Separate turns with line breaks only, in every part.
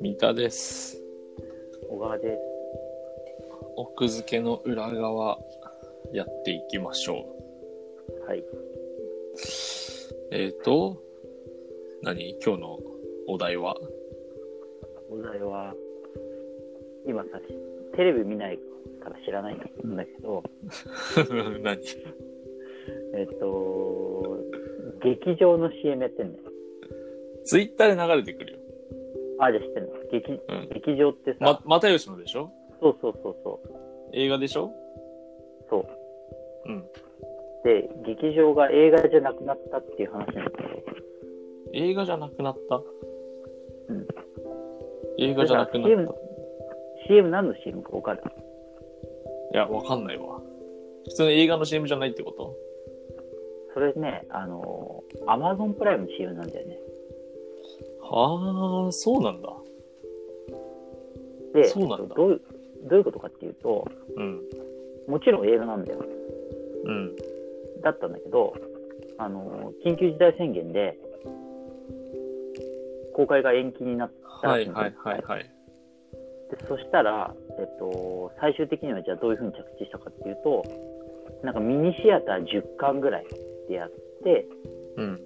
三田です
小川です。
奥付けの裏側やっていきましょう
はい。
えっ、ー、と何今日のお題は
お題は、今さ、テレビ見ないから知らないんだけど、
何
えっと、劇場の CM やってんだよ。
ツイッターで流れてくるよ、
あ、じゃあ知ってんの劇
うん、
劇場ってさ、
ま又吉のでしょ
そうそうそうそう。
映画でしょ
そう。
うん
で、劇場が映画じゃなくなったっていう話なんだけど、
映画じゃなくなった、
うん
映画じゃなくなっ
だ
た
か CM 何の CM か分かる
いやわかんないわ普通の映画の CM じゃないってこと
それね、あの、Amazon プライムの CM なんだよね。
はあそうなんだ
で、
そうなんだ
どういうどういうことかっていうと、
うん
もちろん映画なんだよ。
うん
だったんだけど、あの緊急事態宣言で公開が延期になった
は
ら
い
しいの
はいはいはい
でそしたら、えっと、最終的にはじゃあどういうふうに着地したかっていうとなんかミニシアター10巻ぐらいでやって
うん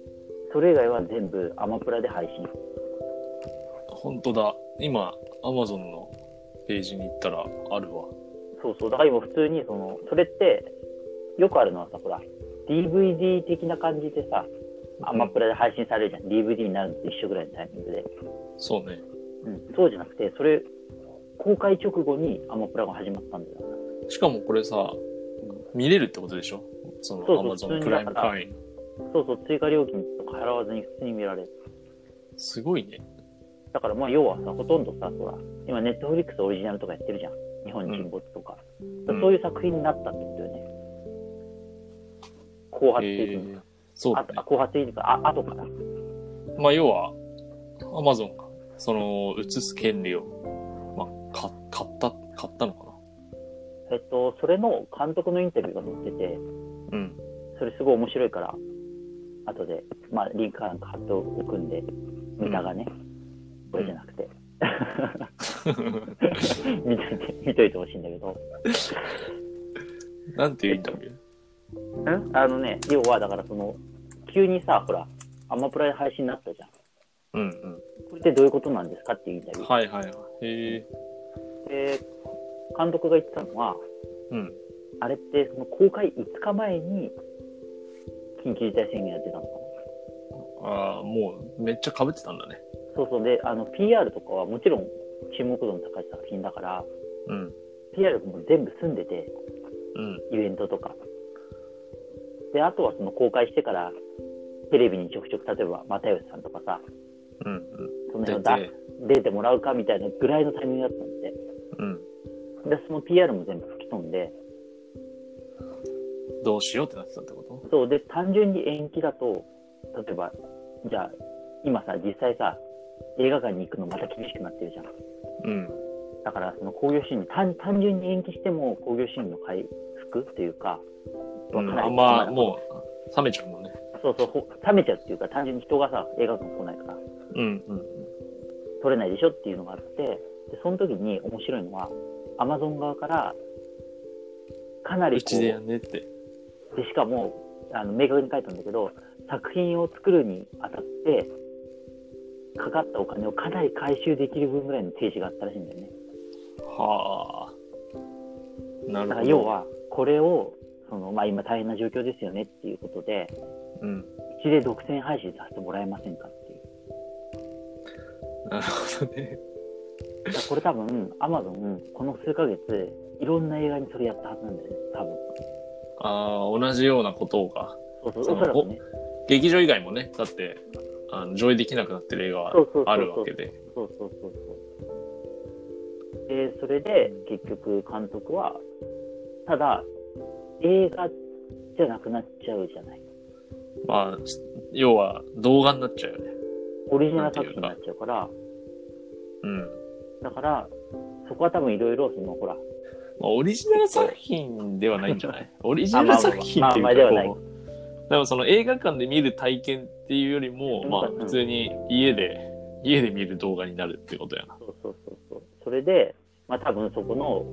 それ以外は全部アマプラで配信
本当だ今アマゾンのページに行ったらあるわ
そうそうだから今普通にそのそれってよくあるのはさほら DVD 的な感じでさアマプラで配信されるじゃん、DVD になるのと一緒ぐらいのタイミングで
そうね
うん、そうじゃなくて、それ、公開直後にアマプラが始まったんだよ。
しかもこれさ見れるってことでしょそ
そう
の
そ
ア
う
マゾン
普
プ
通に
ライ
だか
ム
ら
会員
そうそう、追加料金とか払わずに普通に見られる。
すごいね
だからまあ、要はさ、ほとんどさ、ほら、今、ネットフリックスオリジナルとかやってるじゃん。日本沈没とか。だからそういう作品になったってことよね。後発的
え
に。
ー、そうだ
あ
ね
あ後発的にか、あ、後から。
まあ要はアマゾンがその映す権利を、まあ、か買った買ったのか
えっと、それの監督のインタビューが載ってて、
なうん
それすごい面白いから、後で、まあ、リンクかなんか貼っておくんで、無駄がね、これじゃなくて。見といて、見といてほしいんだけど。
なんていうインタビュー
んあのね、要はだからその、急にさ、ほら、アマプラで配信になったじゃん。
うん
これってどういうことなんですかっていうインタビ
うん
ュ
はいはいはいへえ
ー。で、監督が言ってたのは、
うん
あれってその公開5日前に、緊急事態宣言やってたのかな。
ああもうめっちゃ被ってたんだね
そうそう、で、あの、PR とかはもちろん注目度の高い作品だから、
うん
PR も全部済んでて、
うん
イベントとか。で、あとはその公開してから、テレビにちょくちょく、例えば、又吉さんとかさ、
うん
そ
うん
の
出
辺を出
て
出てもらうかみたいなぐらいのタイミングだったんで、
うん
でその PR も全部吹き飛んで、
どうしようってなってたってこと
そうで、単純に延期だと、例えば、じゃあ、今さ、実際さ、映画館に行くのまた厳しくなってるじゃん。
うん
だから、その興行収入、単単純に延期しても興行収入の回復というか、
う
か
ん、
な
あ
り
んまもう冷めちゃうのね
そうそうほ、冷めちゃうっていうか、単純に人がさ、映画館来ないから、
うんうん
撮れないでしょっていうのがあって、でその時に面白いのは、アマゾン側から、かなり
う
こう
ちでやんねって
でしかもあの明確に書いたんだけど作品を作るにあたってかかったお金をかなり回収できる分ぐらいの提示があったらしいんだよね
はあなる
だか
ほ
ら
ど
要はこれをその、まあ、今大変な状況ですよねっていうことで
うん
うちで独占配信させてもらえませんかっていう
なるほどね
だからこれ多分アマゾンこの数ヶ月いろんな映画にそれやったはずなんだよね多分
ああ同じようなことをか
そう
そ
そううおそらくね
劇場以外もねだってあの上映できなくなってる映画は
そうそうそうそう
あるわけで
そうそうそうそう。で、それで結局監督は、ただ映画じゃなくなっちゃうじゃない。
まあ要は動画になっちゃうよね
オリジナル作品になっちゃうから、
うん
だから、そこは多分いろいろ、そのほら、
まあ、オリジナル作品ではないんじゃないオリジナル作品っていう
まあまあまあま
か
あまあではない
こう、でもその映画館で見る体験っていうよりも、まあ
うん
普通に家で、家で見る動画になるってことやな。
そうそうそうそう。それで、まあ多分そこの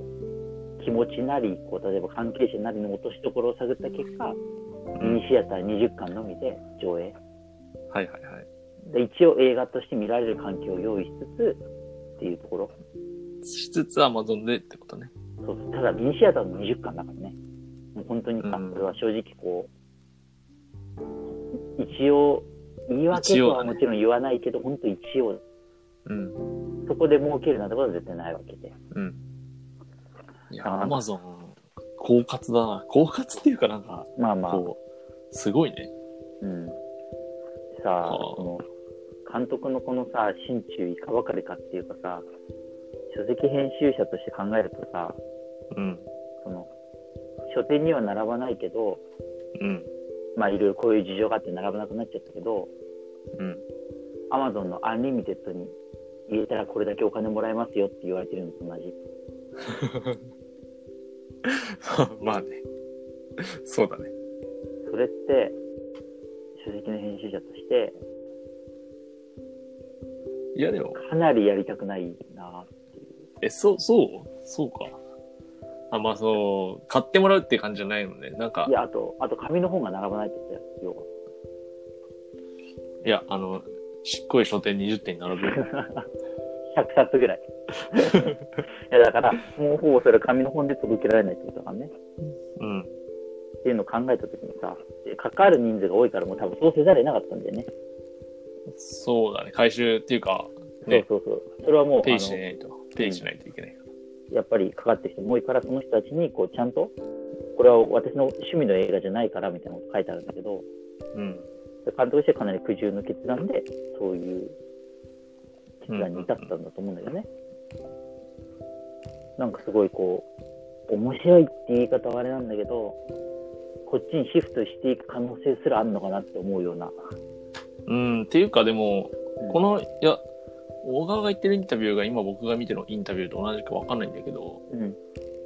気持ちなり、こう例えば関係者なりの落としどころを探った結果、ミニシアター20巻のみで上映。
はいはいはい。
で一応映画として見られる環境を用意しつつっていうところ。
しつつ Amazon でってことね。
そうそうただミニシアターの20巻だからね。もう本当にか、
うん
これは正直こう、一応、言い訳とはもちろん言わないけど、本当一応、
うん。
そこで儲けるなんてことは絶対ないわけで。
うん。いや、
あー
Amazon、狡猾だな。狡猾っていうかなんか、
まあまあ。
こう、すごいね。
うん、さあ、
あー
この監督のこのさ、心中いかばかりかっていうかさ、書籍編集者として考えるとさ、
うん。
その書店には並ばないけど、
うん。
まあいろいろこういう事情があって並ばなくなっちゃったけど、
うん。
アマゾンのアンリミテッドに入れたらこれだけお金もらえますよって言われてるのと同じ。
まあね。そうだね。
それって、書籍の編集者として、
いやでも、
かなりやりたくないなっていう。
え、そう、そうそうか。あ、まあそう、買ってもらうっていう感じじゃないもんね。なんか
い、や、あと、あと紙の本が並ばないって言ってたよ、
いや、あの、しっこい書店20点並 ぶよ。
100冊ぐらい。 いやだから、もうほぼそれ紙の本で届けられないってことだからね。
うん。
っていうのを考えたときにさ、関わる人数が多いからもう多分そうせざるを得なかったんだよね。
そうだね。回収っていうか、ね
そうそうそう。それはもう、あ
ペイし
の
ないと。ペイしないといけないから。
やっぱりかかってきてもういいからその人たちにこうちゃんと、これは私の趣味の映画じゃないからみたいなこと書いてあるんだけど、
うん。
監督としてはかなり苦渋の決断で、そういう決断に至ったんだと思うんだけどね。なんかすごいこう、面白いって言い方はあれなんだけど、こっちにシフトしていく可能性すらあるのかなって思うような。
うん、っていうかでも、この、いや、小川が言ってるインタビューが今僕が見てるインタビューと同じかわかんないんだけど、
うん、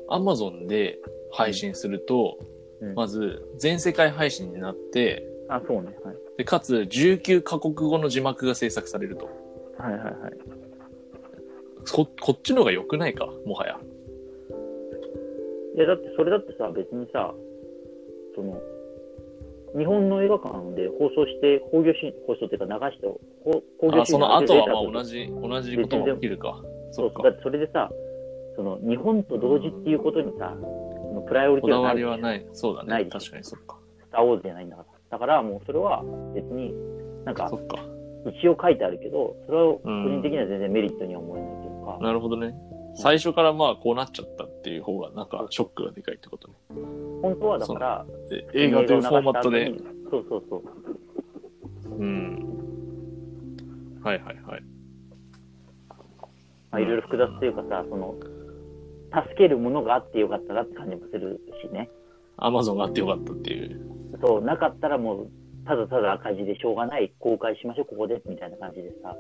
Amazon で配信すると、
うん
まず全世界配信になって、
あ、そうね。はい。
で、かつ19カ国語の字幕が制作されると。
はいはいはい。
ここっちの方が良くないか、もはや。
いや、だってそれだってさ、別にさ、その、日本の映画館で放送して、興行し、放送っていうか流して、ほ興行
あ、その後はまあ
同
同
じ
じ、同じことが起きるか。
そ
そうう
そう
か。
だってそれでさ、その日本と同時っていうことにさ、そのプライオリテ
こ
ィ
だ
は
わ
ない
りはない。そうだ
ない
ね。確かにそっか。
スター・ウォーズじゃないんだから。だからもうそれは別に、なんか
そっか。
一応書いてあるけど、それは個人的には全然メリットには思えないというか、
なるほどね。最初からまあこうなっちゃったっていう方がなんかショックがでかいってことね。
本当はだから、
で映画というフォーマットで
映。画を流した後に。そうそうそう。
うん。はいはいはい。
まあ、いろいろ複雑というかさ、その、助けるものがあってよかったなって感じもするしね。
アマゾンがあってよかったっていう。
そう、なかったらもう、ただただ赤字でしょうがない、公開しましょう、ここで、みたいな感じでさ。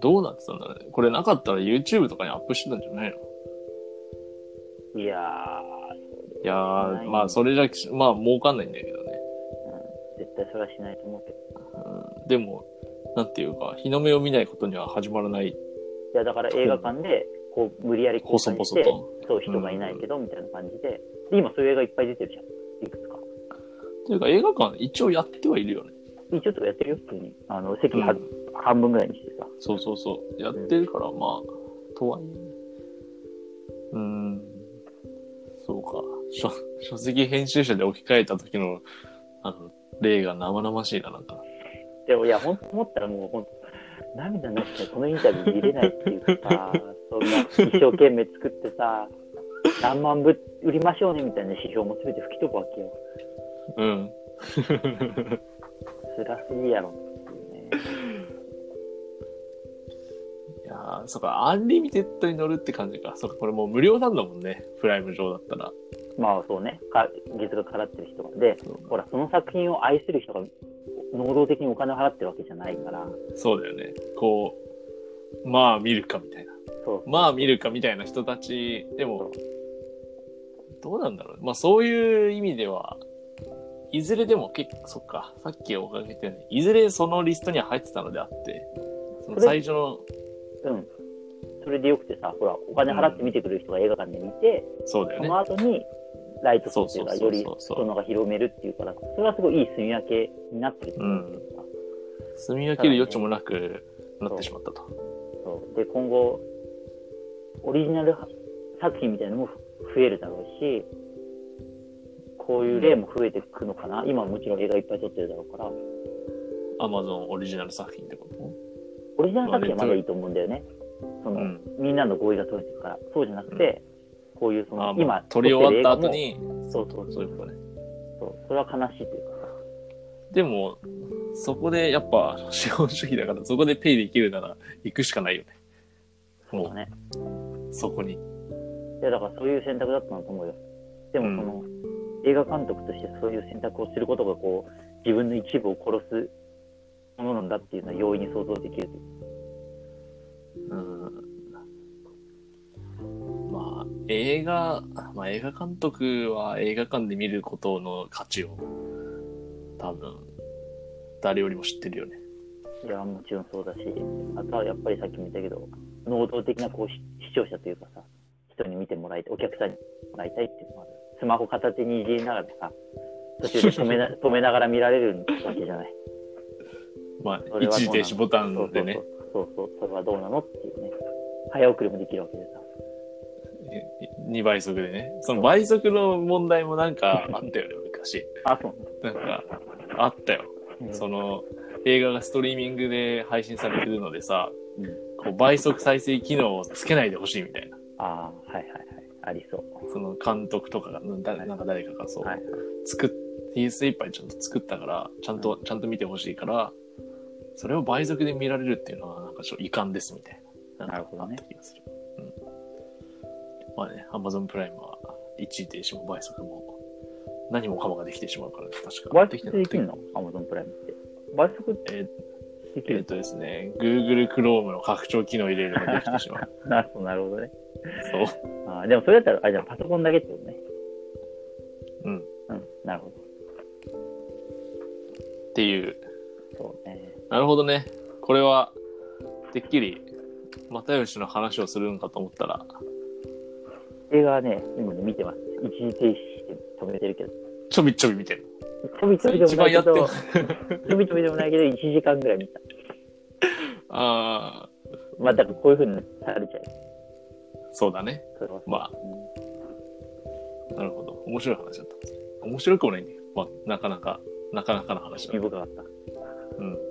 どうなってたんだろうね。これなかったら YouTube とかにアップしてたんじゃないの
いや
いや
ない
ー、まあそれじゃ、まあ儲かんないんだけどね。
ー、絶対それはしないと思うけど。
うん、でも、なんていうか、日の目を見ないことには始まらない。
いや、だから映画館で、こう、無理やり公開し
細
て、
々
そう、人がいないけど、みたいな感じで。で今、そういう映画いっぱい出てるじゃん。いくつか。
というか映画館一応やってはいるよね。
一応とかやってるよ、普通に。あの、席は、
うん
半分ぐらいにしてさ。
そうそうそう。やってるから、まあ、とはいえね。うん。そうか。書、書籍編集者で置き換えた時の、あの、例が生々しいな、なんか。
でも、いや、ほんと思ったらもう、ほんと、涙なしでこのインタビュー見れないっていうかさ、そんな、一生懸命作ってさ、何万部売りましょうねみたいな指標も全て吹き飛ぶわけよ。
うん。
辛すぎやろっていうね。
いやーそっか、アンリミテッドに乗るって感じか。そっか、これもう無料なんだもんね。プライム上だったら。
まあそうね、か月額払ってる人が。で、ほら、その作品を愛する人が、能動的にお金を払ってるわけじゃないから、
そうだよね。こう、まあ見るかみたいな。
そう
まあ見るかみたいな人たち、でも、どうなんだろう。まあそういう意味では、いずれでも結構、そっか、さっきおかげて、ね、いずれそのリストには入ってたのであって、その
それ
最初の、
うん。それでよくてさ、ほら、お金払って見てくれる人が映画館で見て、
そうだよ
そ
ね
の。後にライト層っていうか、
そ
よ
うそう
り
そうそう
人のが広めるっていうから、それはすごいいい住み分けになってると思うんですよ。
住み分ける余地もなくなってしまったと。
そうで、今後、オリジナル作品みたいなのも増えるだろうし、こういう例も増えてくのかな。今はもちろん映画いっぱい撮ってるだろうから、
アマゾンオリジナル作品ってこと
オリジナル作品はまだいいと思うんだよね。その、
うん。
みんなの合意が取れてるから、そうじゃなくて、こういうそ
あ
の、
ーまあ
今、
撮り終わった後
撮てる映
に、
画も、そうそう
そういうことね。
そう、それは悲しいというか。
でも、そこでやっぱ 資本主義だから、そこでペイできるなら行くしかないよね。
そう
も
だね。
う、そこに。
いや、だからそういう選択だったんだと思うよ。でも、
うん
その、映画監督としてそういう選択をすることが、こう、自分の一部を殺すものなんだっていうのは容易に想像できるという
うん。まあ、映画、まあ映画監督は映画館で見ることの価値を、多分、誰よりも知ってるよね。
いや、もちろんそうだし、あとはやっぱりさっきも言ったけど、能動的な、こう、し視聴者というかさ、人に見てもらいたい、お客さんに見てもらいたいっていうのもある。スマホ片手にいじりながらさ、途中で 止めな止めながら見られるわけじゃない。
ま
そ
あ、
れは
一
そ
時
うなの
停止ボタ
そう
ン
そ
で
う
ね。
そう、そうそう、それはどうなのっていうね。早送りもできるわけでさ。
2倍速でね。その倍速の問題もなん かあったよね、昔。
あ、そう。
なんか、あったよ。
うん
その、映画がストリーミングで配信されてるのでさ、
うん
こう倍速再生機能をつけないでほしいみたいな。
ああ、はいはいはい。ありそう。
その監督とかが、うんだなんか誰かがそう、
はい。
作っ、TS いっぱいちゃんと作ったから、ちゃんと、ちゃんと見てほしいから、それを倍速で見られるっていうのは、なんかちょっと遺憾ですみたいな。んか
なるほどね
あった気がする。うん。まあね、Amazon プライムは一時停止も倍速も、何もかもができてしまうから、ね、確か。
倍
きて
速
な
で
い
できるの ?Amazon プライムって。倍速
え
でき
えっ
る、
とですね、Google Chrome の拡張機能を入れればできてし まう。
なるほど、なるほどね。
そう。
ああ、でもそれだったら、あ、じゃあパソコンだけってことね。
うん。っ
うん、なるほど。
ていう。
そうね。
なるほどね。これは、てっきり、又吉の話をするのかと思ったら、
映画はね、今ね、見てます。一時停止して止めてるけど。
ちょびちょび見てる。
ちょびちょびでも
一
な
番
いけ
やってる
ど、。ちょびちょびでもないけど、1時間ぐらい見た。
ああ、
まあ、だからこういうふうにされちゃう。
そうだね。
それはそう
まあなるほど。面白い話だった。面白くもないんだよ。まあ、なかなか、なかなかの話だ
うん、
ね。
深かった。
うん。